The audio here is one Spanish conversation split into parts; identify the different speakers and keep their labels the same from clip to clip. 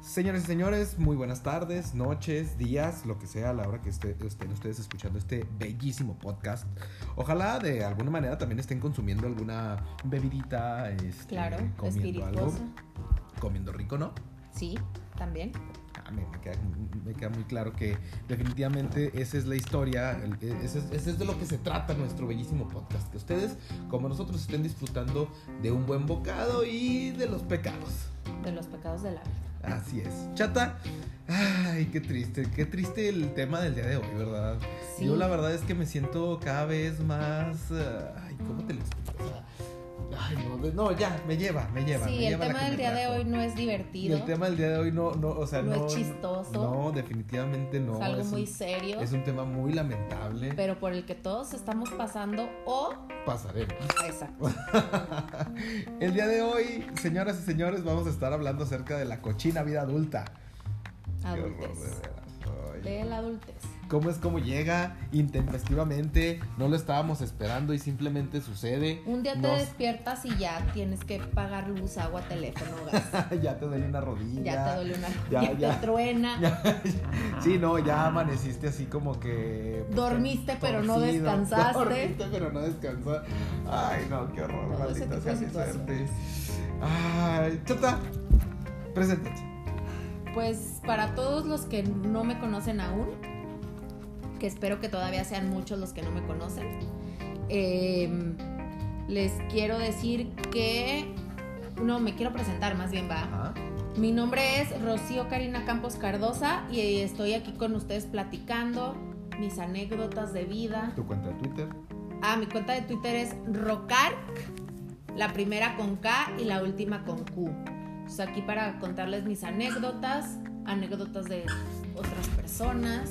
Speaker 1: Señores y señores, muy buenas tardes, noches, días, lo que sea, a la hora que esté- estén ustedes escuchando este bellísimo podcast. Ojalá de alguna manera también estén consumiendo alguna bebidita, este,
Speaker 2: Claro,
Speaker 1: comiendo algo,
Speaker 2: espirituosa.
Speaker 1: comiendo rico, ¿no?
Speaker 2: Sí, también.
Speaker 1: Ah, me, me queda, me queda muy claro que definitivamente esa es la historia, el- e, ese es, ese es de lo que se trata nuestro bellísimo podcast, que ustedes, como nosotros, estén disfrutando de un buen bocado y de los pecados.
Speaker 2: De los pecados de la vida.
Speaker 1: Así es. Chata, ay, qué triste, qué triste el tema del día de hoy, ¿verdad?
Speaker 2: Sí.
Speaker 1: Yo la verdad es que me siento cada vez más... eh, ay, ¿cómo te lo explico? O sea, Ay, no, de- no, ya, me lleva, me lleva.
Speaker 2: sí,
Speaker 1: me
Speaker 2: el
Speaker 1: lleva la
Speaker 2: tema
Speaker 1: que
Speaker 2: del
Speaker 1: me
Speaker 2: día de
Speaker 1: trajo.
Speaker 2: hoy no es
Speaker 1: Y
Speaker 2: divertido.
Speaker 1: el tema del día de hoy no, no, o sea,
Speaker 2: no,
Speaker 1: no...
Speaker 2: es chistoso.
Speaker 1: No, definitivamente no.
Speaker 2: es algo
Speaker 1: es
Speaker 2: muy
Speaker 1: un-
Speaker 2: serio.
Speaker 1: Es un tema muy lamentable.
Speaker 2: Pero por el que todos estamos pasando o...
Speaker 1: Pasaremos.
Speaker 2: Exacto.
Speaker 1: El día de hoy, señoras y señores, vamos a estar hablando acerca de la cochina vida adulta. Qué horror, de
Speaker 2: Adultez.
Speaker 1: veras. Ay,
Speaker 2: De la adultez.
Speaker 1: cómo es como llega intempestivamente, no lo estábamos esperando y simplemente sucede.
Speaker 2: Un día te
Speaker 1: Nos-
Speaker 2: despiertas y ya tienes que pagar luz, agua, teléfono, gas.
Speaker 1: ya te duele una rodilla.
Speaker 2: Ya te duele una...
Speaker 1: Ya,
Speaker 2: Ya,
Speaker 1: ya.
Speaker 2: te truena.
Speaker 1: Ya- sí, no, ya amaneciste así como que... pues,
Speaker 2: Dormiste, pero no descansaste.
Speaker 1: Dormiste pero no descansaste. Ay, no, qué horror,
Speaker 2: Todo ese
Speaker 1: maldita
Speaker 2: tipo
Speaker 1: sea
Speaker 2: de
Speaker 1: mi suerte.
Speaker 2: situaciones.
Speaker 1: Ay, chata, preséntate.
Speaker 2: Pues para todos los que no me conocen aún, que espero que todavía sean muchos los que no me conocen, eh, les quiero decir que... No, me quiero presentar más bien, va.
Speaker 1: Ajá.
Speaker 2: Mi nombre es Rocío Karina Campos Cardosa y estoy aquí con ustedes platicando mis anécdotas de vida.
Speaker 1: Tu cuenta de Twitter.
Speaker 2: Ah, mi cuenta de Twitter es Rocarc, la primera con K y la última con Q. Entonces aquí para contarles mis anécdotas, anécdotas de otras personas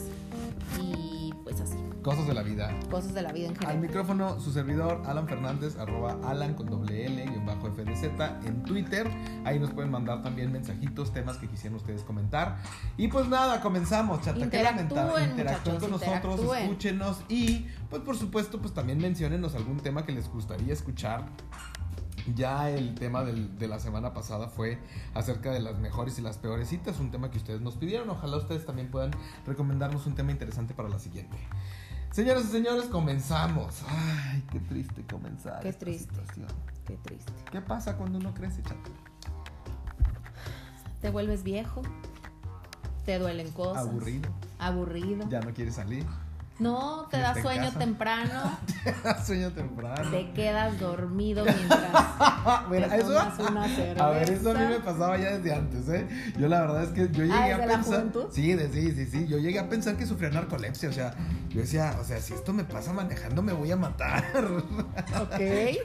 Speaker 2: y pues así,
Speaker 1: Cosas de la vida.
Speaker 2: cosas de la vida en
Speaker 1: Al
Speaker 2: general.
Speaker 1: micrófono, su servidor, Alan Fernández, arroba Alan con doble L, guión bajo FDZ, en Twitter. Ahí nos pueden mandar también mensajitos, temas que quisieran ustedes comentar. Y pues nada, comenzamos, chata. qué
Speaker 2: Interactúen,
Speaker 1: lamentable. Interactúen
Speaker 2: muchachos,
Speaker 1: con nosotros,
Speaker 2: interactúen.
Speaker 1: escúchenos y, pues por supuesto, pues también menciónenos algún tema que les gustaría escuchar. Ya el tema del- de la semana pasada fue acerca de las mejores y las peores citas, un tema que ustedes nos pidieron. Ojalá ustedes también puedan recomendarnos un tema interesante para la siguiente. Señoras y señores, comenzamos. Ay, qué triste comenzar.
Speaker 2: Qué
Speaker 1: esta
Speaker 2: triste.
Speaker 1: situación.
Speaker 2: Qué triste.
Speaker 1: ¿Qué pasa cuando uno crece, chato?
Speaker 2: Te vuelves viejo, te duelen cosas.
Speaker 1: Aburrido.
Speaker 2: Aburrido.
Speaker 1: Ya no quiere salir.
Speaker 2: No, te da
Speaker 1: Fiesta en
Speaker 2: sueño
Speaker 1: casa.
Speaker 2: temprano,
Speaker 1: Sueño temprano.
Speaker 2: te quedas dormido mientras
Speaker 1: Ah, bueno,
Speaker 2: te
Speaker 1: eso.
Speaker 2: tomas una cerveza.
Speaker 1: A ver, eso a mí me pasaba ya desde antes, ¿eh? Yo la verdad es que yo llegué
Speaker 2: Ah,
Speaker 1: a
Speaker 2: ¿desde la
Speaker 1: pensar.
Speaker 2: juventud?
Speaker 1: Sí, de- sí, sí, sí. Yo llegué a pensar que sufría narcolepsia. O sea, yo decía, o sea, si esto me pasa manejando, me voy a matar.
Speaker 2: Ok.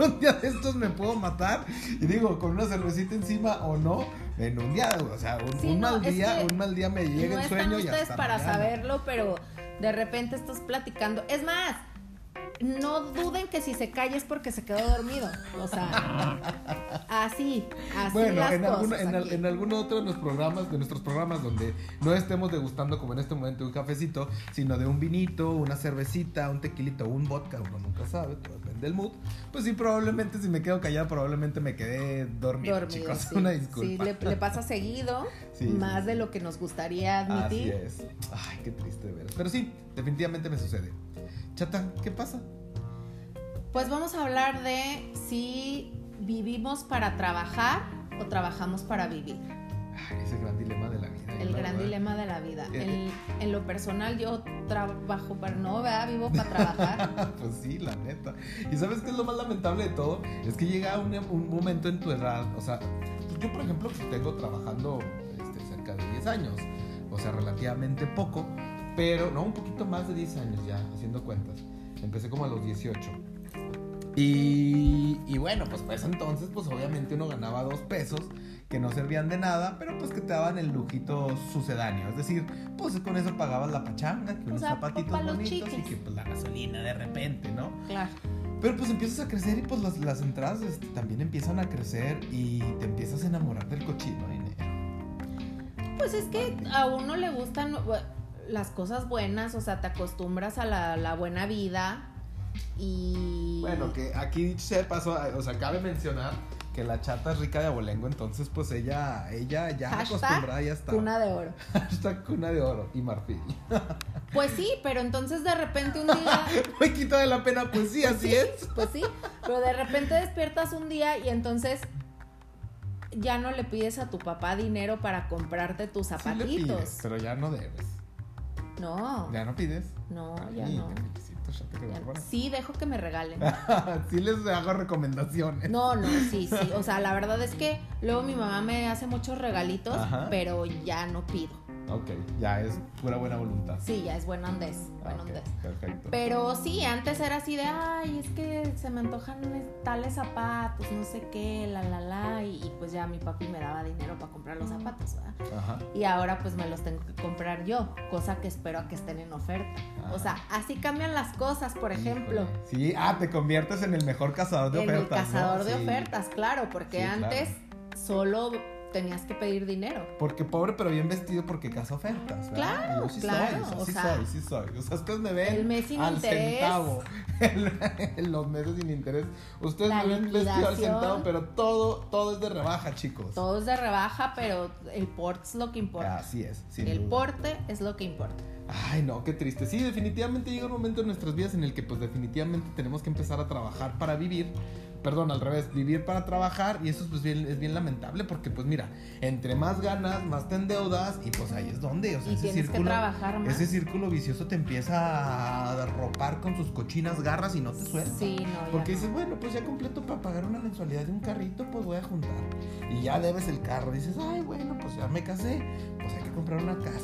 Speaker 1: un día de estos me puedo matar. Y digo, con una cervecita encima o no, en un día, o sea, un,
Speaker 2: Sí,
Speaker 1: un
Speaker 2: no,
Speaker 1: mal
Speaker 2: es
Speaker 1: día,
Speaker 2: que
Speaker 1: un mal día me llega
Speaker 2: no
Speaker 1: el
Speaker 2: están
Speaker 1: sueño y
Speaker 2: ustedes
Speaker 1: hasta
Speaker 2: para
Speaker 1: mañana.
Speaker 2: saberlo, pero de repente estás platicando. Es más, no duden que si se calla es porque se quedó dormido. O sea, así, así
Speaker 1: Bueno,
Speaker 2: las
Speaker 1: en,
Speaker 2: cosas
Speaker 1: alguno- en, al-
Speaker 2: aquí.
Speaker 1: en alguno otro de los programas, de nuestros programas, donde no estemos degustando como en este momento un cafecito, sino de un vinito, una cervecita, un tequilito, un vodka, uno nunca sabe, todo depende del mood. Pues sí, probablemente si me quedo callado, probablemente me quedé dormido,
Speaker 2: Dormido,
Speaker 1: chicos.
Speaker 2: sí.
Speaker 1: Una
Speaker 2: Sí,
Speaker 1: disculpa.
Speaker 2: le, le pasa seguido,
Speaker 1: Sí,
Speaker 2: más
Speaker 1: sí,
Speaker 2: de
Speaker 1: sí.
Speaker 2: lo que nos gustaría
Speaker 1: Así
Speaker 2: admitir.
Speaker 1: es. Ay, qué triste de veras. Pero sí, definitivamente me sucede. Chata, ¿qué pasa?
Speaker 2: Pues vamos a hablar de si vivimos para trabajar o trabajamos para vivir.
Speaker 1: Ay, ese gran dilema de la vida.
Speaker 2: El
Speaker 1: la
Speaker 2: gran
Speaker 1: verdad.
Speaker 2: dilema de la vida.
Speaker 1: Eh,
Speaker 2: En, en lo personal yo trabajo para no, ¿verdad? Vivo para trabajar.
Speaker 1: pues sí, la neta. ¿Y sabes qué es lo más lamentable de todo? Es que llega un, un momento en tu edad, o sea, yo por ejemplo pues, tengo trabajando este, cerca de 10 años, o sea, relativamente poco, pero no, un poquito más de 10 años ya, haciendo cuentas. Empecé como a los 18. Y, y bueno, pues para ese entonces, pues obviamente uno ganaba dos pesos que no servían de nada, pero pues que te daban el lujito sucedáneo. Es decir, pues con eso pagabas la pachanga, que
Speaker 2: O
Speaker 1: unos
Speaker 2: sea,
Speaker 1: zapatitos
Speaker 2: pa' los
Speaker 1: bonitos y
Speaker 2: chicles.
Speaker 1: que pues la gasolina de repente, ¿no?
Speaker 2: Claro.
Speaker 1: Pero pues empiezas a crecer y pues las, las entradas este, también empiezan a crecer y te empiezas a enamorar del cochino ¿eh? dinero.
Speaker 2: Pues es que a uno le gustan bu- las cosas buenas, o sea, te acostumbras a la, la buena vida y...
Speaker 1: que aquí dicho sea de paso, o sea, cabe mencionar que la chata es rica de abolengo, entonces pues ella, ella ya
Speaker 2: Hashtag
Speaker 1: acostumbrada ya está.
Speaker 2: Cuna de oro.
Speaker 1: Hashtag cuna de oro y marfil.
Speaker 2: Pues sí, pero entonces de repente un día.
Speaker 1: Muy quita de la pena, pues sí, así es.
Speaker 2: Pues sí, pero de repente despiertas un día y entonces ya no le pides a tu papá dinero para comprarte tus
Speaker 1: Sí le
Speaker 2: zapatitos.
Speaker 1: pides, pero ya no debes.
Speaker 2: no,
Speaker 1: Ya no pides.
Speaker 2: no,
Speaker 1: Ay,
Speaker 2: ya no.
Speaker 1: te felicito, chata, qué
Speaker 2: ya no.
Speaker 1: bárbara.
Speaker 2: Sí, dejo que me regalen.
Speaker 1: sí les hago recomendaciones.
Speaker 2: No, no, sí, sí. O sea, la verdad es que luego mi mamá me hace muchos regalitos,
Speaker 1: Ajá.
Speaker 2: pero ya no pido.
Speaker 1: Ok, ya es pura buena voluntad.
Speaker 2: Sí, ya es buen andés. Buen
Speaker 1: Ah, ok,
Speaker 2: andés.
Speaker 1: perfecto.
Speaker 2: Pero sí, antes era así de, ay, es que se me antojan tales zapatos, no sé qué, la, la, la, y, y pues ya mi papi me daba dinero para comprar los zapatos, ¿verdad?
Speaker 1: Ajá.
Speaker 2: Y ahora pues me los tengo que comprar yo, cosa que espero a que estén en oferta. O sea, así cambian las cosas, por ejemplo.
Speaker 1: Ah. Híjole. Sí, ah, te conviertes en el mejor cazador de
Speaker 2: en el
Speaker 1: ofertas. ¿no?
Speaker 2: cazador de
Speaker 1: Sí.
Speaker 2: ofertas, claro, porque
Speaker 1: Sí, claro.
Speaker 2: antes solo tenías que pedir dinero.
Speaker 1: Porque pobre pero bien vestido porque caza ofertas. ¿verdad?
Speaker 2: Claro,
Speaker 1: Y yo sí
Speaker 2: claro,
Speaker 1: Soy,
Speaker 2: o
Speaker 1: o sea, sí
Speaker 2: sea,
Speaker 1: soy, sí soy. O sea, ustedes me ven.
Speaker 2: el mes sin
Speaker 1: al
Speaker 2: interés.
Speaker 1: Centavo. El- los meses sin interés. Ustedes
Speaker 2: La
Speaker 1: me ven vestido al
Speaker 2: liquidación.
Speaker 1: centavo, pero todo, todo es de rebaja, chicos.
Speaker 2: Todo es de rebaja, pero el porte es lo que importa.
Speaker 1: Así es. Ah, sin
Speaker 2: El
Speaker 1: duda.
Speaker 2: porte es lo que importa.
Speaker 1: Ay, no, qué triste. Sí, definitivamente llega un momento en nuestras vidas en el que pues definitivamente tenemos que empezar a trabajar para vivir. Perdón, al revés, vivir para trabajar y eso pues bien, es bien lamentable porque pues mira, entre más ganas, más te endeudas y pues ahí es donde, o sea,
Speaker 2: Y
Speaker 1: ese
Speaker 2: tienes que
Speaker 1: círculo,
Speaker 2: trabajar más.
Speaker 1: ese círculo vicioso te empieza a ropar con sus cochinas garras y no te suelta.
Speaker 2: Sí, no, ya
Speaker 1: Porque
Speaker 2: no.
Speaker 1: dices, bueno, pues ya completo para pagar una mensualidad de un carrito, pues voy a juntar. Y ya debes el carro, dices, ay, bueno, pues ya me casé, pues hay que comprar una casa.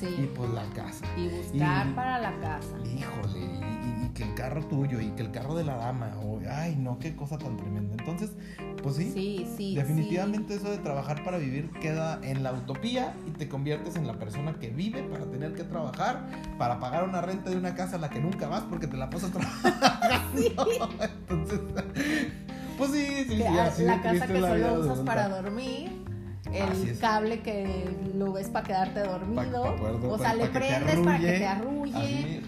Speaker 1: Y
Speaker 2: Sí.
Speaker 1: pues la casa.
Speaker 2: Y buscar
Speaker 1: y-
Speaker 2: para la casa.
Speaker 1: Híjole, y, y- y que el carro tuyo, y que el carro de la dama, o, ay, no, qué cosa tan tremenda. Entonces, pues sí,
Speaker 2: Sí, sí, sí.
Speaker 1: definitivamente eso de trabajar para vivir queda en la utopía y te conviertes en la persona que vive para tener que trabajar, para pagar una renta de una casa a la que nunca vas porque te la pasas trabajando. Entonces, pues sí, sí, sí,
Speaker 2: Que- ah,
Speaker 1: así de
Speaker 2: la casa
Speaker 1: triste
Speaker 2: que
Speaker 1: es la vida
Speaker 2: solo usas
Speaker 1: adulta.
Speaker 2: para dormir.
Speaker 1: Así
Speaker 2: El
Speaker 1: es.
Speaker 2: cable que lo ves para quedarte dormido.
Speaker 1: Pa- pa- pa-
Speaker 2: o
Speaker 1: pa-
Speaker 2: sea, le
Speaker 1: pa' que te
Speaker 2: prendes para que te
Speaker 1: arrulle.
Speaker 2: arrulle.
Speaker 1: Así,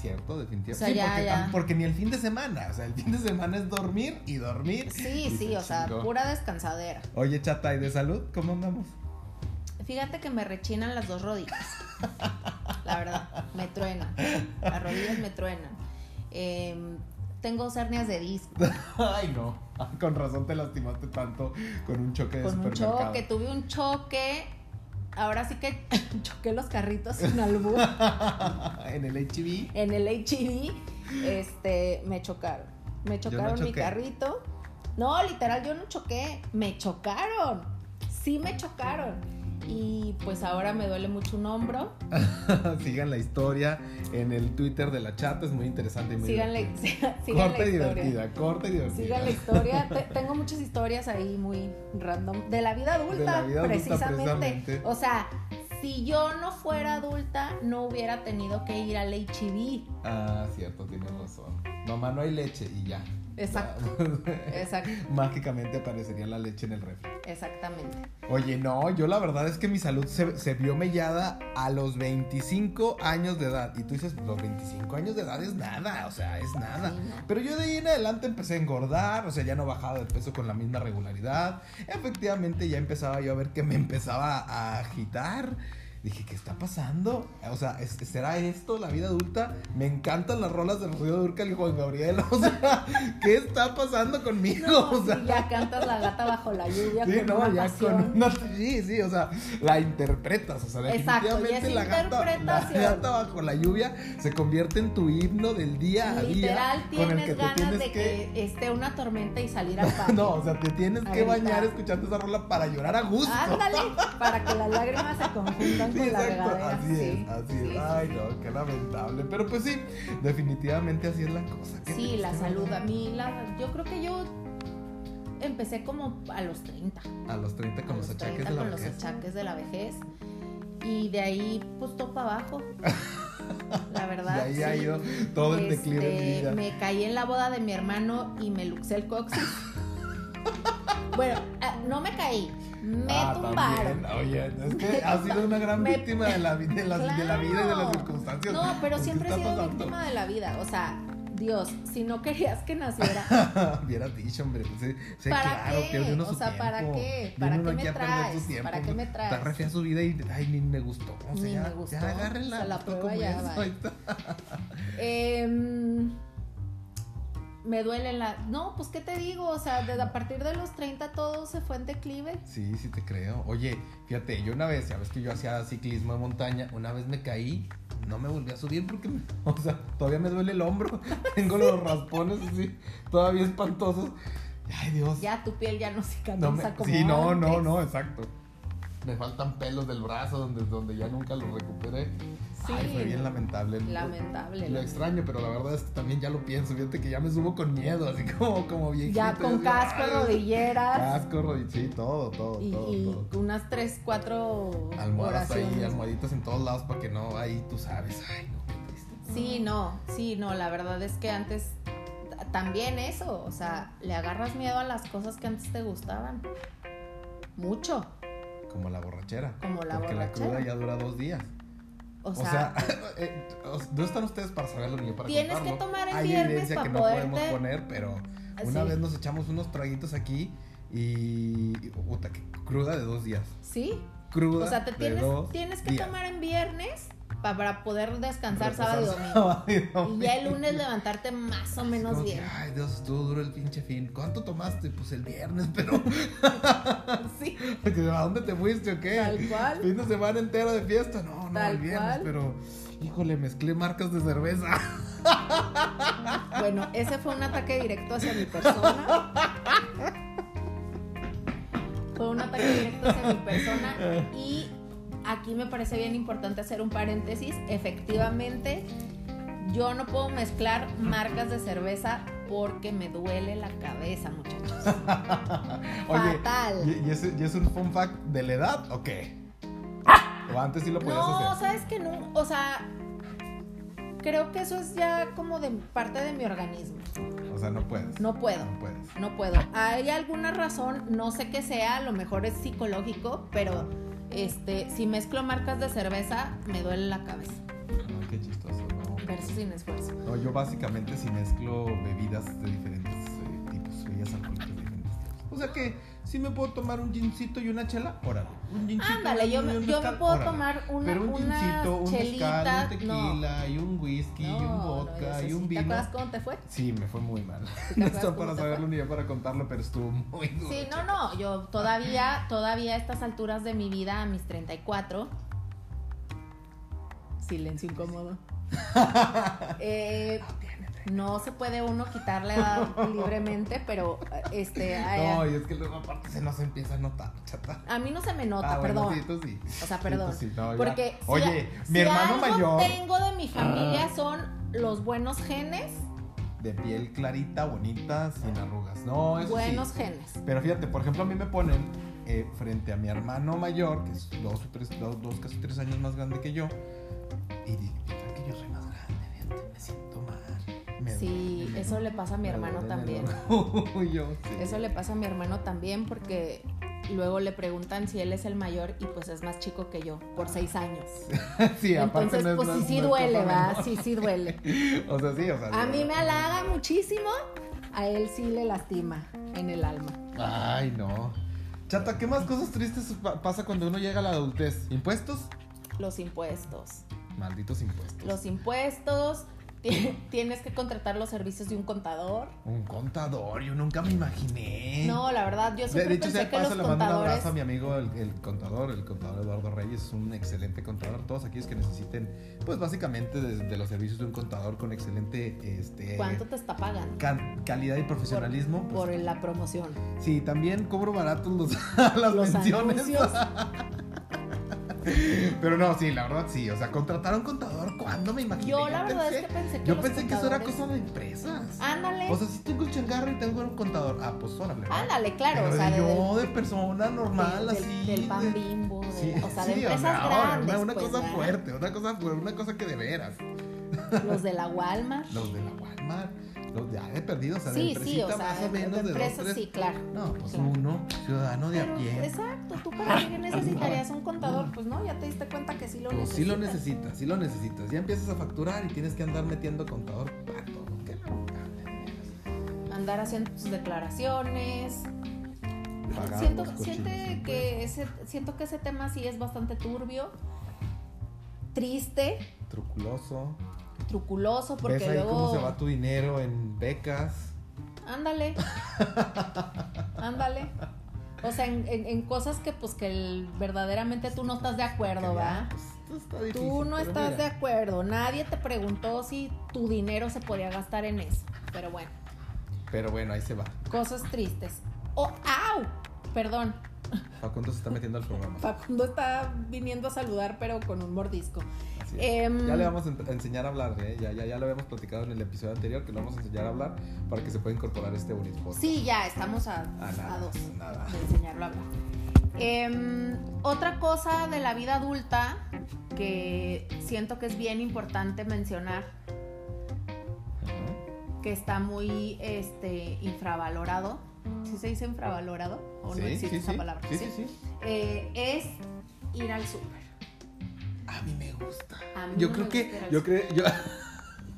Speaker 1: cierto, definitivamente.
Speaker 2: O sea,
Speaker 1: Sí,
Speaker 2: ya,
Speaker 1: porque,
Speaker 2: ya.
Speaker 1: tam- porque ni el fin de semana, o sea, el fin de semana es dormir y dormir.
Speaker 2: Sí,
Speaker 1: Y
Speaker 2: sí,
Speaker 1: se
Speaker 2: o sea,
Speaker 1: chingó.
Speaker 2: pura descansadera.
Speaker 1: Oye, chata, ¿y de salud? ¿Cómo andamos?
Speaker 2: Fíjate que me rechinan las dos rodillas. La verdad, me truenan. Las rodillas me truenan. Eh, tengo dos hernias de disco.
Speaker 1: Ay, no. Ay, Con razón te lastimaste tanto con un choque de
Speaker 2: Con un
Speaker 1: supermercado.
Speaker 2: choque, tuve un choque. Ahora sí que choqué los carritos sin albur.
Speaker 1: en el HIV.
Speaker 2: en el HED, este, me chocaron. Me
Speaker 1: Yo no
Speaker 2: chocaron mi
Speaker 1: choqué.
Speaker 2: carrito. No, literal, yo no choqué. Me chocaron. Sí me chocaron. Y pues ahora me duele mucho un hombro.
Speaker 1: Sigan la historia en el Twitter de la chata, es muy interesante y muy
Speaker 2: Sigan la,
Speaker 1: divertido.
Speaker 2: sigan
Speaker 1: corta
Speaker 2: la
Speaker 1: y
Speaker 2: historia.
Speaker 1: divertida, corta y divertida.
Speaker 2: Sigan la historia. Te- tengo muchas historias ahí muy random. De la vida adulta,
Speaker 1: De la vida adulta,
Speaker 2: precisamente.
Speaker 1: precisamente.
Speaker 2: O sea, si yo no fuera adulta, no hubiera tenido que ir al HIV.
Speaker 1: Ah, cierto, tienes razón. Mamá, no hay leche y ya.
Speaker 2: Exacto. Exacto,
Speaker 1: Mágicamente aparecería la leche en el refri.
Speaker 2: exactamente.
Speaker 1: Oye, no, yo la verdad es que mi salud se, se vio mellada a los 25 años de edad. Y tú dices, los 25 años de edad es nada, o sea, es nada.
Speaker 2: Sí, no.
Speaker 1: Pero yo de ahí en adelante empecé a engordar, o sea, ya no bajaba de peso con la misma regularidad. Efectivamente, ya empezaba yo a ver que me empezaba a agitar. Dije, ¿qué está pasando? O sea, ¿es- ¿será esto la vida adulta? Me encantan las rolas de Rocío Durcal y Juan Gabriel. O sea, ¿qué está pasando conmigo?
Speaker 2: No,
Speaker 1: o sea,
Speaker 2: sí, ya cantas la gata bajo la lluvia
Speaker 1: Sí,
Speaker 2: con
Speaker 1: no,
Speaker 2: una
Speaker 1: ya
Speaker 2: pasión.
Speaker 1: con una. Sí, sí, o sea, la interpretas. O sea,
Speaker 2: Exacto, ya es
Speaker 1: definitivamente la gata, la
Speaker 2: interpretación.
Speaker 1: gata bajo la lluvia se convierte en tu himno del día a
Speaker 2: Literal
Speaker 1: día. con el
Speaker 2: tienes
Speaker 1: que te
Speaker 2: ganas
Speaker 1: tienes
Speaker 2: de que... esté una tormenta y salir al patio.
Speaker 1: No, o sea, te tienes
Speaker 2: A
Speaker 1: que
Speaker 2: gritar.
Speaker 1: bañar escuchando esa rola para llorar a gusto.
Speaker 2: Ándale, para que las lágrimas se conjuntan
Speaker 1: Sí,
Speaker 2: con la
Speaker 1: exacto,
Speaker 2: regadera.
Speaker 1: así
Speaker 2: sí,
Speaker 1: es, así
Speaker 2: sí,
Speaker 1: es. Ay, no, qué lamentable. Pero pues sí, definitivamente así es la cosa. Qué
Speaker 2: sí. Sí, la
Speaker 1: triste,
Speaker 2: salud
Speaker 1: ¿verdad?
Speaker 2: a mí, la, yo creo que yo empecé como a los 30.
Speaker 1: A los 30
Speaker 2: a
Speaker 1: con los, achaques
Speaker 2: 30,
Speaker 1: de la
Speaker 2: con los
Speaker 1: vejez.
Speaker 2: achaques de la vejez. Y de ahí, pues, topa abajo. La verdad,
Speaker 1: Y ahí ha
Speaker 2: sí.
Speaker 1: ido todo el declive de mi
Speaker 2: Este,
Speaker 1: vida.
Speaker 2: Me caí en la boda de mi hermano y me luxé el coxis. bueno, ah, no me caí, me
Speaker 1: Ah,
Speaker 2: tumbaron.
Speaker 1: también. Oye, es que has sido una gran
Speaker 2: Me-
Speaker 1: víctima de la, vi- de, las- de la vida y de las
Speaker 2: Claro.
Speaker 1: circunstancias.
Speaker 2: No, pero
Speaker 1: ¿Qué
Speaker 2: siempre he
Speaker 1: está
Speaker 2: sido
Speaker 1: pasando?
Speaker 2: víctima de la vida. O sea, Dios, si no querías que naciera,
Speaker 1: Hubiera dicho, hombre. Sé, sé
Speaker 2: ¿Para
Speaker 1: claro,
Speaker 2: qué?
Speaker 1: pierde uno
Speaker 2: O
Speaker 1: su
Speaker 2: sea, ¿para
Speaker 1: tiempo.
Speaker 2: qué?
Speaker 1: Viene
Speaker 2: ¿Para
Speaker 1: uno
Speaker 2: qué
Speaker 1: aquí
Speaker 2: me
Speaker 1: a perder su
Speaker 2: traes?
Speaker 1: tiempo,
Speaker 2: ¿Para qué
Speaker 1: ¿no?
Speaker 2: me
Speaker 1: Está
Speaker 2: traes?
Speaker 1: refea su vida y, ay, ni me gustó. O sea,
Speaker 2: Ni
Speaker 1: ya,
Speaker 2: me gustó.
Speaker 1: Ya, agárrenla.
Speaker 2: O sea, la
Speaker 1: justo
Speaker 2: prueba
Speaker 1: como
Speaker 2: ya
Speaker 1: es,
Speaker 2: va.
Speaker 1: ahí está.
Speaker 2: Em, me duele la... No, pues qué te digo, o sea, desde a partir de los 30 todo se fue en declive.
Speaker 1: Sí, sí te creo. Oye, fíjate, yo una vez, ya ves que yo hacía ciclismo de montaña, una vez me caí, no me volví a subir porque, me- o sea, todavía me duele el hombro, tengo los raspones así, todavía espantosos. Ay, Dios.
Speaker 2: Ya tu piel ya no
Speaker 1: no
Speaker 2: cicatriza
Speaker 1: me-
Speaker 2: como
Speaker 1: sí, no,
Speaker 2: antes.
Speaker 1: no, no, exacto. Me faltan pelos del brazo donde, donde ya nunca los recuperé.
Speaker 2: Sí.
Speaker 1: Ay, fue bien lamentable.
Speaker 2: Lamentable.
Speaker 1: Lo extraño, pero la verdad es que también ya lo pienso. Fíjate que ya me subo con miedo, así como, como viejito.
Speaker 2: Ya con
Speaker 1: así,
Speaker 2: casco,
Speaker 1: ay,
Speaker 2: rodilleras
Speaker 1: Casco, rodillas, sí, todo, todo,
Speaker 2: y,
Speaker 1: todo,
Speaker 2: y
Speaker 1: todo.
Speaker 2: unas 3, 4
Speaker 1: Almohadas ahí,
Speaker 2: oraciones.
Speaker 1: almohaditas en todos lados para que no, ahí tú sabes. Ay, no, qué triste.
Speaker 2: Sí, no, sí, no, la verdad es que antes t- también eso, o sea, le agarras miedo a las cosas que antes te gustaban. Mucho,
Speaker 1: Como la borrachera.
Speaker 2: como la
Speaker 1: porque
Speaker 2: borrachera.
Speaker 1: la cruda ya dura dos días.
Speaker 2: o,
Speaker 1: O
Speaker 2: sea,
Speaker 1: sea, eh, o sea, no están ustedes para saberlo ni yo para
Speaker 2: Tienes
Speaker 1: contarlo.
Speaker 2: que tomar el
Speaker 1: Hay
Speaker 2: viernes
Speaker 1: evidencia
Speaker 2: pa'
Speaker 1: que no
Speaker 2: poderte-
Speaker 1: podemos poner, pero una
Speaker 2: sí.
Speaker 1: vez nos echamos unos traguitos aquí y. Puta, que cruda de dos días.
Speaker 2: sí,
Speaker 1: Cruda.
Speaker 2: o sea, te
Speaker 1: de
Speaker 2: tienes,
Speaker 1: dos
Speaker 2: tienes que
Speaker 1: días.
Speaker 2: tomar en viernes pa- para poder descansar
Speaker 1: Reposar
Speaker 2: sábado y domingo.
Speaker 1: sábado y domingo.
Speaker 2: Y ya el lunes levantarte más o menos
Speaker 1: Como que,
Speaker 2: bien.
Speaker 1: Ay, Dios, estuvo duro el pinche fin. ¿Cuánto tomaste? Pues el viernes, pero.
Speaker 2: Sí,
Speaker 1: Porque, ¿A dónde te fuiste o qué?
Speaker 2: tal cual.
Speaker 1: Fin de semana entero de fiesta. No, no,
Speaker 2: Tal
Speaker 1: el viernes,
Speaker 2: cual.
Speaker 1: pero. Híjole, mezclé marcas de cerveza.
Speaker 2: Bueno, ese fue un ataque directo hacia mi persona. Fue un ataque directo hacia mi persona. Y aquí me parece bien importante hacer un paréntesis. Efectivamente, yo no puedo mezclar marcas de cerveza porque me duele la cabeza, muchachos.
Speaker 1: Oye,
Speaker 2: Fatal.
Speaker 1: ¿y, y es, y es un fun fact de la edad o qué? O antes sí lo podías
Speaker 2: No,
Speaker 1: hacer.
Speaker 2: sabes que no. O sea, creo que eso es ya como de parte de mi organismo.
Speaker 1: O sea, no puedes.
Speaker 2: No puedo.
Speaker 1: No puedes.
Speaker 2: No puedo. Hay alguna razón, no sé qué sea, a lo mejor es psicológico, pero este, si mezclo marcas de cerveza, me duele la cabeza.
Speaker 1: Ay, qué chistoso, ¿no?
Speaker 2: Verso sin esfuerzo.
Speaker 1: No, yo básicamente sí mezclo bebidas de diferentes eh, tipos, bebidas alcohólicas de diferentes tipos. O sea que si me puedo tomar un gincito y una chela, órale. Un gincito
Speaker 2: Ándale,
Speaker 1: y
Speaker 2: yo
Speaker 1: un- y
Speaker 2: me,
Speaker 1: un
Speaker 2: yo me
Speaker 1: mezcal,
Speaker 2: puedo
Speaker 1: órale.
Speaker 2: tomar una,
Speaker 1: Pero un
Speaker 2: unas
Speaker 1: gincito, un mezcal,
Speaker 2: chelitas.
Speaker 1: un
Speaker 2: no.
Speaker 1: tequila y un whisky y
Speaker 2: No,
Speaker 1: un
Speaker 2: no, yo
Speaker 1: vodka
Speaker 2: sé,
Speaker 1: y un
Speaker 2: sí. ¿Te
Speaker 1: vino.
Speaker 2: acuerdas cómo te fue?
Speaker 1: Sí, me fue muy mal.
Speaker 2: ¿Te
Speaker 1: No
Speaker 2: acuerdas
Speaker 1: está
Speaker 2: cómo
Speaker 1: para
Speaker 2: te fue?
Speaker 1: saberlo ni yo para contarlo, pero estuvo muy duro.
Speaker 2: Sí, no, no, yo todavía, todavía a estas alturas de mi vida, a mis 34. Silencio incómodo. Eh, no se puede uno quitar la edad libremente, pero este ay,
Speaker 1: No, y es que luego aparte se nos empieza a notar, chata.
Speaker 2: a mí no se me nota,
Speaker 1: ah,
Speaker 2: perdón.
Speaker 1: Bueno, sí, tú sí. pues
Speaker 2: O sea, perdón.
Speaker 1: Sí, tú sí, no, ya.
Speaker 2: Porque si
Speaker 1: Oye,
Speaker 2: a-
Speaker 1: mi
Speaker 2: si
Speaker 1: hermano
Speaker 2: algo
Speaker 1: mayor Ah.
Speaker 2: tengo de mi familia son los buenos genes,
Speaker 1: de piel clarita, bonita, sin arrugas. No, eso
Speaker 2: buenos
Speaker 1: sí.
Speaker 2: genes.
Speaker 1: Pero fíjate, por ejemplo, a mí me ponen eh, frente a mi hermano mayor, que es dos, o tres- dos, dos, casi tres años más grande que yo, y digo, "Mira que yo soy más grande, fíjate, me siento mal. me
Speaker 2: Sí,
Speaker 1: duele, me-
Speaker 2: eso le pasa a mi
Speaker 1: me
Speaker 2: hermano
Speaker 1: duele el
Speaker 2: también.
Speaker 1: orgullo, sí.
Speaker 2: Eso le pasa a mi hermano también porque luego le preguntan si él es el mayor y pues es más chico que yo, por seis años.
Speaker 1: Sí, aparte
Speaker 2: Entonces,
Speaker 1: no es-
Speaker 2: pues
Speaker 1: no
Speaker 2: sí,
Speaker 1: es-
Speaker 2: sí
Speaker 1: no es
Speaker 2: duele,
Speaker 1: cosa
Speaker 2: ¿verdad?
Speaker 1: menor.
Speaker 2: Sí, sí duele.
Speaker 1: O sea, sí, o sea.
Speaker 2: A
Speaker 1: sí,
Speaker 2: mí
Speaker 1: ¿verdad?
Speaker 2: me halaga muchísimo, a él sí le lastima en el alma.
Speaker 1: Ay, no. Chata, ¿qué más cosas tristes pa- pasa cuando uno llega a la adultez? ¿Impuestos?
Speaker 2: Los impuestos.
Speaker 1: Malditos impuestos.
Speaker 2: Los impuestos, ti- tienes que contratar los servicios de un contador.
Speaker 1: Un contador, yo nunca me imaginé.
Speaker 2: No, la verdad, yo
Speaker 1: De,
Speaker 2: siempre
Speaker 1: de hecho,
Speaker 2: pensé
Speaker 1: sea
Speaker 2: que
Speaker 1: paso,
Speaker 2: los
Speaker 1: le mando un
Speaker 2: contadores...
Speaker 1: abrazo a mi amigo, el, el contador, el contador Eduardo Reyes, es un excelente contador. Todos aquellos que necesiten, pues básicamente de, de los servicios de un contador con excelente este,
Speaker 2: ¿Cuánto te está pagando
Speaker 1: ca- calidad y profesionalismo. pues,
Speaker 2: por la promoción?
Speaker 1: Sí, también cobro baratos los, las
Speaker 2: Los
Speaker 1: menciones.
Speaker 2: anuncios.
Speaker 1: Pero no, sí, la verdad sí. O sea, contratar a un contador, ¿cuándo me imaginé?
Speaker 2: Yo la verdad
Speaker 1: pensé-
Speaker 2: es que pensé que
Speaker 1: Yo
Speaker 2: los
Speaker 1: pensé que eso era
Speaker 2: contadores- Ah,
Speaker 1: cosa de empresas.
Speaker 2: Ándale.
Speaker 1: O sea, si tengo el changarro y tengo un contador. Ah, pues órale. ¿verdad?
Speaker 2: Ándale, claro,
Speaker 1: Pero
Speaker 2: o sea,
Speaker 1: de
Speaker 2: de-
Speaker 1: yo,
Speaker 2: del-
Speaker 1: de persona normal,
Speaker 2: del,
Speaker 1: así.
Speaker 2: del pan
Speaker 1: de-
Speaker 2: bimbo, de-
Speaker 1: Sí,
Speaker 2: o sea, de
Speaker 1: sí,
Speaker 2: empresas
Speaker 1: sea, ahora,
Speaker 2: grandes.
Speaker 1: Una, una
Speaker 2: pues,
Speaker 1: cosa
Speaker 2: ¿verdad?
Speaker 1: fuerte, una cosa fuerte, una cosa que de veras.
Speaker 2: Los de la Walmart.
Speaker 1: Los de la Walmart, los de, ah, de perdidos, o sea, de
Speaker 2: sí, sí,
Speaker 1: empresita
Speaker 2: o sea,
Speaker 1: más o
Speaker 2: de-
Speaker 1: menos
Speaker 2: de
Speaker 1: de, dos,
Speaker 2: empresas,
Speaker 1: tres.
Speaker 2: sí, claro.
Speaker 1: No, pues
Speaker 2: Claro.
Speaker 1: uno, ciudadano de
Speaker 2: Pero,
Speaker 1: a pie.
Speaker 2: exacto, ¿tú para qué necesitarías un contador? Pues no, ya te diste cuenta que sí lo
Speaker 1: Pues
Speaker 2: necesitas.
Speaker 1: sí lo necesitas, sí lo necesitas. Ya empiezas a facturar y tienes que andar metiendo contador para todo. ¿Qué no?
Speaker 2: andar haciendo sus declaraciones.
Speaker 1: Vagabos,
Speaker 2: Siento,
Speaker 1: cochinos,
Speaker 2: siente
Speaker 1: sin
Speaker 2: que ese, siento que ese tema sí es bastante turbio, triste,
Speaker 1: cuidado, Truculoso.
Speaker 2: truculoso, porque
Speaker 1: ¿Ves ahí
Speaker 2: luego...
Speaker 1: cómo se va tu dinero en becas?
Speaker 2: Ándale. Ándale. O sea, en, en- en cosas que pues que el- verdaderamente tú no estás de acuerdo,
Speaker 1: Que
Speaker 2: ¿va?
Speaker 1: ya, pues, esto está
Speaker 2: Tú
Speaker 1: difícil,
Speaker 2: no
Speaker 1: pero
Speaker 2: estás
Speaker 1: mira,
Speaker 2: de acuerdo. Nadie te preguntó si tu dinero se podía gastar en eso. Pero bueno,
Speaker 1: Pero bueno, ahí se va.
Speaker 2: cosas tristes. Oh, ¡Au! Perdón,
Speaker 1: Facundo se está metiendo al programa.
Speaker 2: Facundo está viniendo a saludar, pero con un mordisco.
Speaker 1: Así es.
Speaker 2: Em,
Speaker 1: ya le vamos a en- a enseñar a hablar, ¿eh? ya, ya, ya lo habíamos platicado en el episodio anterior que lo vamos a enseñar a hablar para que se pueda incorporar este bonito podcast.
Speaker 2: Sí, ya, estamos a,
Speaker 1: Ah, nada,
Speaker 2: a dos
Speaker 1: nada.
Speaker 2: de enseñarlo a hablar. Em, otra cosa de la vida adulta que siento que es bien importante mencionar,
Speaker 1: Ajá.
Speaker 2: que está muy este, infravalorado, ¿sí se dice infravalorado? ¿O no
Speaker 1: Sí,
Speaker 2: existe
Speaker 1: sí,
Speaker 2: esa
Speaker 1: sí.
Speaker 2: palabra?
Speaker 1: Sí,
Speaker 2: ¿sí?
Speaker 1: sí, sí.
Speaker 2: Eh, es ir al súper.
Speaker 1: A mí me gusta.
Speaker 2: A mí
Speaker 1: Yo
Speaker 2: no
Speaker 1: creo
Speaker 2: me gusta ir
Speaker 1: que.
Speaker 2: al
Speaker 1: Yo creo. Yo...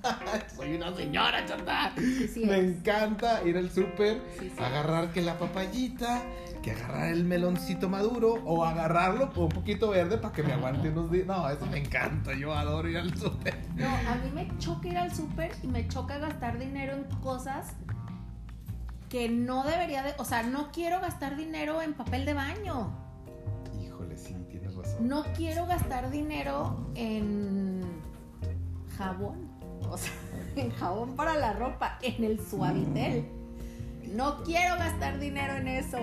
Speaker 1: Soy una señora, chata.
Speaker 2: súper, sí
Speaker 1: me
Speaker 2: es,
Speaker 1: encanta ir al súper,
Speaker 2: sí, sí.
Speaker 1: agarrar que la papayita, que agarrar el meloncito maduro o agarrarlo con un poquito verde para que me aguante unos días. No, eso me encanta. Yo adoro ir al súper.
Speaker 2: No, a mí me choca ir al súper y me choca gastar dinero en cosas que no debería de... O sea, no quiero gastar dinero en papel de baño.
Speaker 1: Híjole, sí, tienes razón.
Speaker 2: No quiero gastar dinero en jabón. O sea, en jabón para la ropa, en el suavitel. No quiero gastar dinero en eso.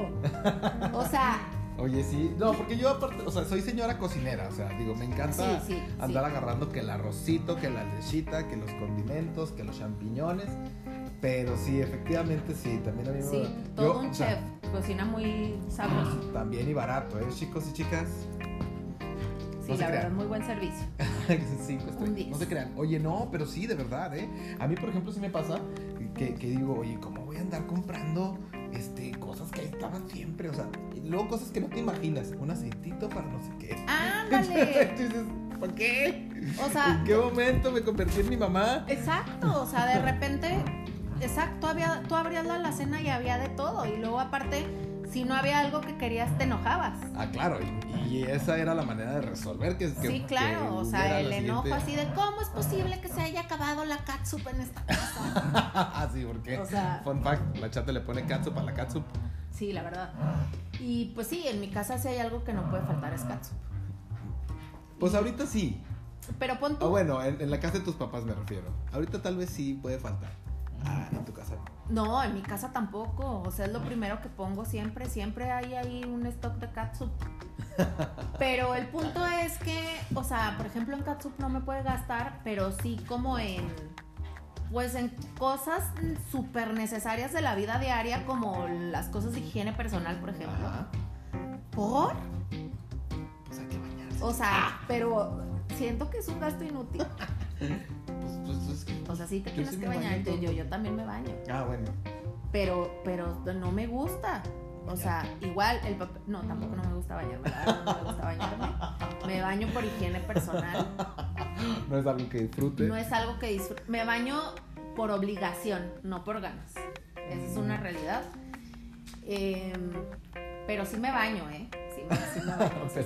Speaker 2: O sea,
Speaker 1: Oye, sí. No, porque yo aparte, o sea, soy señora cocinera. O sea, digo, me
Speaker 2: sí,
Speaker 1: encanta
Speaker 2: sí. sí.
Speaker 1: andar agarrando que el arrocito, que la lechita, que los condimentos, que los champiñones. Pero sí, efectivamente sí, también a mí me
Speaker 2: Sí,
Speaker 1: yo,
Speaker 2: todo un
Speaker 1: o sea,
Speaker 2: chef. Cocina muy sabroso.
Speaker 1: También y barato, ¿eh? Chicos y chicas. Ah,
Speaker 2: Sí,
Speaker 1: no se
Speaker 2: la verdad,
Speaker 1: crean.
Speaker 2: muy buen servicio.
Speaker 1: Cinco estrellas.
Speaker 2: Un diez.
Speaker 1: No se crean. Oye, no, pero sí, de verdad, ¿eh? A mí, por ejemplo, sí me pasa que, que digo, oye, ¿cómo voy a andar comprando este, cosas que ahí estaban siempre? O sea, y luego cosas que no te imaginas. Un aceitito para no sé qué.
Speaker 2: Ándale.
Speaker 1: Tú dices, ¿por qué?
Speaker 2: O sea,
Speaker 1: ¿En qué momento me convertí en mi mamá?
Speaker 2: Exacto, o sea, de repente, exacto, había, tú abrías la alacena y había de todo. Y luego aparte, si no había algo que querías, te enojabas.
Speaker 1: Ah, claro, y, y esa era la manera de resolver que que-
Speaker 2: sí,
Speaker 1: que
Speaker 2: claro, o
Speaker 1: hubiera
Speaker 2: sea, el
Speaker 1: la
Speaker 2: enojo
Speaker 1: siguiente-
Speaker 2: así de cómo es posible que se haya acabado la catsup en esta casa.
Speaker 1: Ah, sí, porque.
Speaker 2: O sea-
Speaker 1: Fun fact: la chata le pone catsup a la catsup.
Speaker 2: Sí, la verdad. Y pues sí, en mi casa si hay algo que no puede faltar es catsup.
Speaker 1: Pues ahorita sí.
Speaker 2: Pero pon
Speaker 1: O
Speaker 2: tú,
Speaker 1: Ah, bueno, en, en la casa de tus papás me refiero. Ahorita tal vez sí puede faltar. Ah, en tu casa. no.
Speaker 2: no, en mi casa tampoco. O sea, es lo primero que pongo siempre. Siempre hay ahí un stock de catsup. Pero el punto es que, o sea, por ejemplo, en catsup no me puede gastar, pero sí como en, pues en cosas súper necesarias de la vida diaria, como las cosas de higiene personal, por ejemplo.
Speaker 1: Ajá.
Speaker 2: ¿Por?
Speaker 1: Pues hay que bañarse.
Speaker 2: O
Speaker 1: Ah.
Speaker 2: sea, pero siento que es un gasto inútil.
Speaker 1: Pues, pues, pues, es que-
Speaker 2: O sea, sí te
Speaker 1: Yo
Speaker 2: tienes
Speaker 1: sí
Speaker 2: que
Speaker 1: me
Speaker 2: bañar.
Speaker 1: baño.
Speaker 2: Yo, yo, yo también me baño.
Speaker 1: Ah, bueno.
Speaker 2: Pero, pero no me gusta. O sea, igual el papel. No, tampoco no me gusta bañarme. la verdad, no me gusta bañarme. Me baño por higiene personal.
Speaker 1: No es algo que disfrute.
Speaker 2: No es algo que disfruto. Me baño por obligación, no por ganas. Esa es una realidad. Eh, pero sí me baño, ¿eh? Sí, me- sí me baño. sí, sí,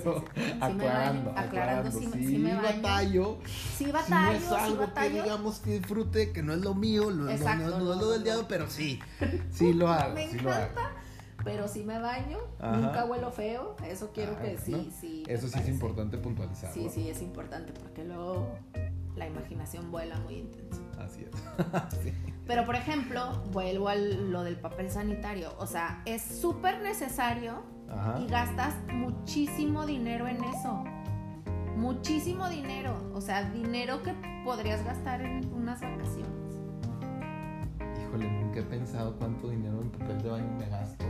Speaker 1: Pero
Speaker 2: sí. Sí me baño,
Speaker 1: aclarando,
Speaker 2: aclarando,
Speaker 1: aclarando,
Speaker 2: sí, me-
Speaker 1: sí,
Speaker 2: sí me baño.
Speaker 1: batallo,
Speaker 2: Sí
Speaker 1: sí no
Speaker 2: batallo,
Speaker 1: es
Speaker 2: sí
Speaker 1: algo que
Speaker 2: batallo.
Speaker 1: digamos que disfrute, que no es lo mío, lo, no-
Speaker 2: Exacto,
Speaker 1: no, no
Speaker 2: no,
Speaker 1: es lo del
Speaker 2: no.
Speaker 1: diablo, pero sí, sí lo hago,
Speaker 2: Me
Speaker 1: sí lo hago.
Speaker 2: encanta, pero sí me baño.
Speaker 1: Ajá.
Speaker 2: Nunca huelo feo. Eso quiero
Speaker 1: Ah,
Speaker 2: que sí,
Speaker 1: bueno.
Speaker 2: sí. me
Speaker 1: Eso sí es
Speaker 2: parece.
Speaker 1: importante puntualizar.
Speaker 2: Sí, sí, es importante porque luego la imaginación vuela muy intenso.
Speaker 1: Así es. Sí.
Speaker 2: Pero por ejemplo, vuelvo a lo del papel sanitario. O sea, es súper necesario
Speaker 1: Ajá.
Speaker 2: y gastas muchísimo dinero en eso. Muchísimo dinero. O sea, dinero que podrías gastar en unas vacaciones.
Speaker 1: Híjole, nunca he pensado cuánto dinero en papel de baño me gasto.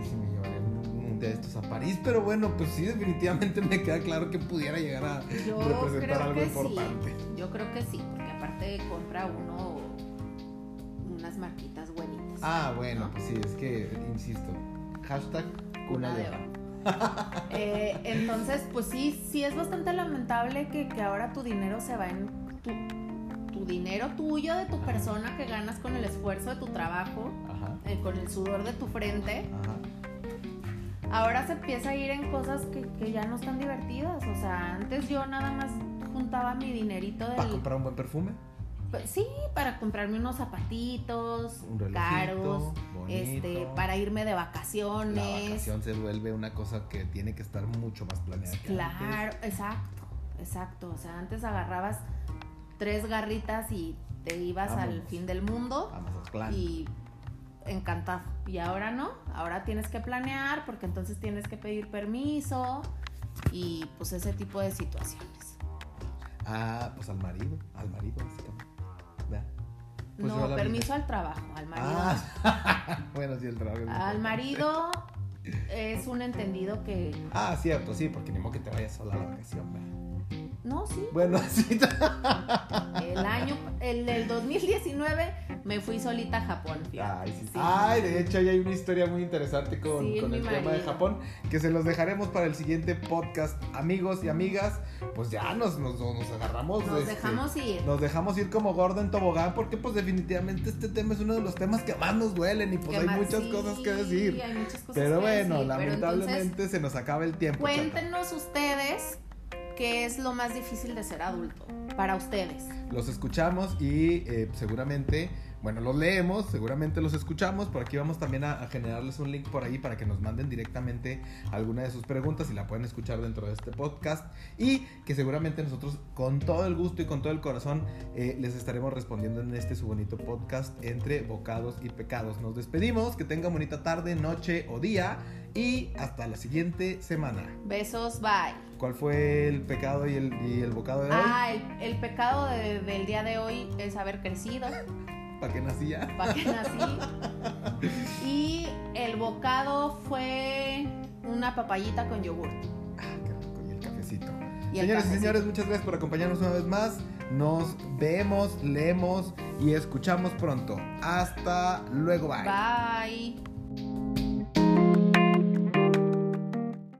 Speaker 1: Y si me llevaré un, un de estos a París. Pero bueno, pues sí, definitivamente me queda claro que pudiera llegar a
Speaker 2: Yo
Speaker 1: representar
Speaker 2: creo
Speaker 1: algo
Speaker 2: que
Speaker 1: importante.
Speaker 2: sí. Yo creo que sí, porque aparte compra uno unas marquitas buenitas.
Speaker 1: Ah, bueno,
Speaker 2: ¿No?
Speaker 1: pues sí, es que, insisto, hashtag cuna de oro.
Speaker 2: Eh, entonces, pues sí, sí es bastante lamentable que, que ahora tu dinero se va en tu, tu dinero tuyo, de tu persona que ganas con el esfuerzo de tu trabajo,
Speaker 1: Ajá.
Speaker 2: eh, con el sudor de tu frente,
Speaker 1: Ajá.
Speaker 2: ahora se empieza a ir en cosas que, que ya no están divertidas. O sea, antes yo nada más juntaba mi dinerito
Speaker 1: Para
Speaker 2: del...
Speaker 1: comprar un buen perfume,
Speaker 2: Pues sí, para comprarme unos zapatitos
Speaker 1: un relojito,
Speaker 2: caros,
Speaker 1: bonito.
Speaker 2: este, para irme de
Speaker 1: La
Speaker 2: vacaciones.
Speaker 1: vacación se vuelve una cosa que tiene que estar mucho más planeada. que antes.
Speaker 2: Claro, exacto, exacto. O sea, antes agarrabas tres garritas y te ibas al
Speaker 1: Vámonos. Ah,
Speaker 2: fin del mundo
Speaker 1: A Mazatlán.
Speaker 2: y encantado. Y ahora no, ahora tienes que planear porque entonces tienes que pedir permiso y pues ese tipo de situaciones.
Speaker 1: Ah, pues al marido, al marido, básicamente. Da. Pues se va
Speaker 2: no,
Speaker 1: la
Speaker 2: permiso
Speaker 1: vida.
Speaker 2: al trabajo, al marido.
Speaker 1: Ah, bueno, sí, el trabajo. es
Speaker 2: Al
Speaker 1: importante.
Speaker 2: marido es un entendido que
Speaker 1: Ah, cierto, sí, porque ni modo que te vayas sola a la vacación, ¿verdad?
Speaker 2: no, sí,
Speaker 1: Bueno, sí.
Speaker 2: el año el del 2019 me fui solita a Japón. fíjate.
Speaker 1: Ay, sí, sí.
Speaker 2: Sí.
Speaker 1: Ay, de hecho, ahí hay una historia muy interesante con,
Speaker 2: Sí,
Speaker 1: con
Speaker 2: mi
Speaker 1: el tema de
Speaker 2: marido.
Speaker 1: Japón, que se los dejaremos para el siguiente podcast, amigos y amigas. Pues ya nos, nos, nos agarramos.
Speaker 2: Nos
Speaker 1: este,
Speaker 2: dejamos ir.
Speaker 1: Nos dejamos ir como gordo en tobogán porque pues definitivamente este tema es uno de los temas que más nos duelen y pues
Speaker 2: Que
Speaker 1: hay
Speaker 2: más-
Speaker 1: muchas
Speaker 2: sí,
Speaker 1: cosas que decir.
Speaker 2: hay muchas cosas
Speaker 1: Pero
Speaker 2: que
Speaker 1: bueno,
Speaker 2: decir, pero
Speaker 1: lamentablemente
Speaker 2: entonces,
Speaker 1: se nos acaba el tiempo. Chata.
Speaker 2: cuéntenos ustedes qué es lo más difícil de ser adulto para ustedes.
Speaker 1: Los escuchamos y eh, seguramente, bueno, los leemos, seguramente los escuchamos. Por aquí vamos también a, a generarles un link por ahí para que nos manden directamente alguna de sus preguntas y la pueden escuchar dentro de este podcast. Y que seguramente nosotros con todo el gusto y con todo el corazón eh, les estaremos respondiendo en este su bonito podcast entre bocados y pecados. Nos despedimos, que tengan bonita tarde, noche o día y hasta la siguiente semana.
Speaker 2: Besos, bye.
Speaker 1: ¿Cuál fue el pecado y el, y el bocado de hoy?
Speaker 2: Ah, el, el pecado de- del día de hoy es haber crecido.
Speaker 1: ¿Para qué nacía?
Speaker 2: ¿Para qué nací? Y el bocado fue una papayita con yogur.
Speaker 1: Ah, qué rico, y el cafecito.
Speaker 2: Y el
Speaker 1: Señores y
Speaker 2: cafecito.
Speaker 1: señores, muchas gracias por acompañarnos una vez más. Nos vemos, leemos y escuchamos pronto. Hasta luego,
Speaker 2: Bye.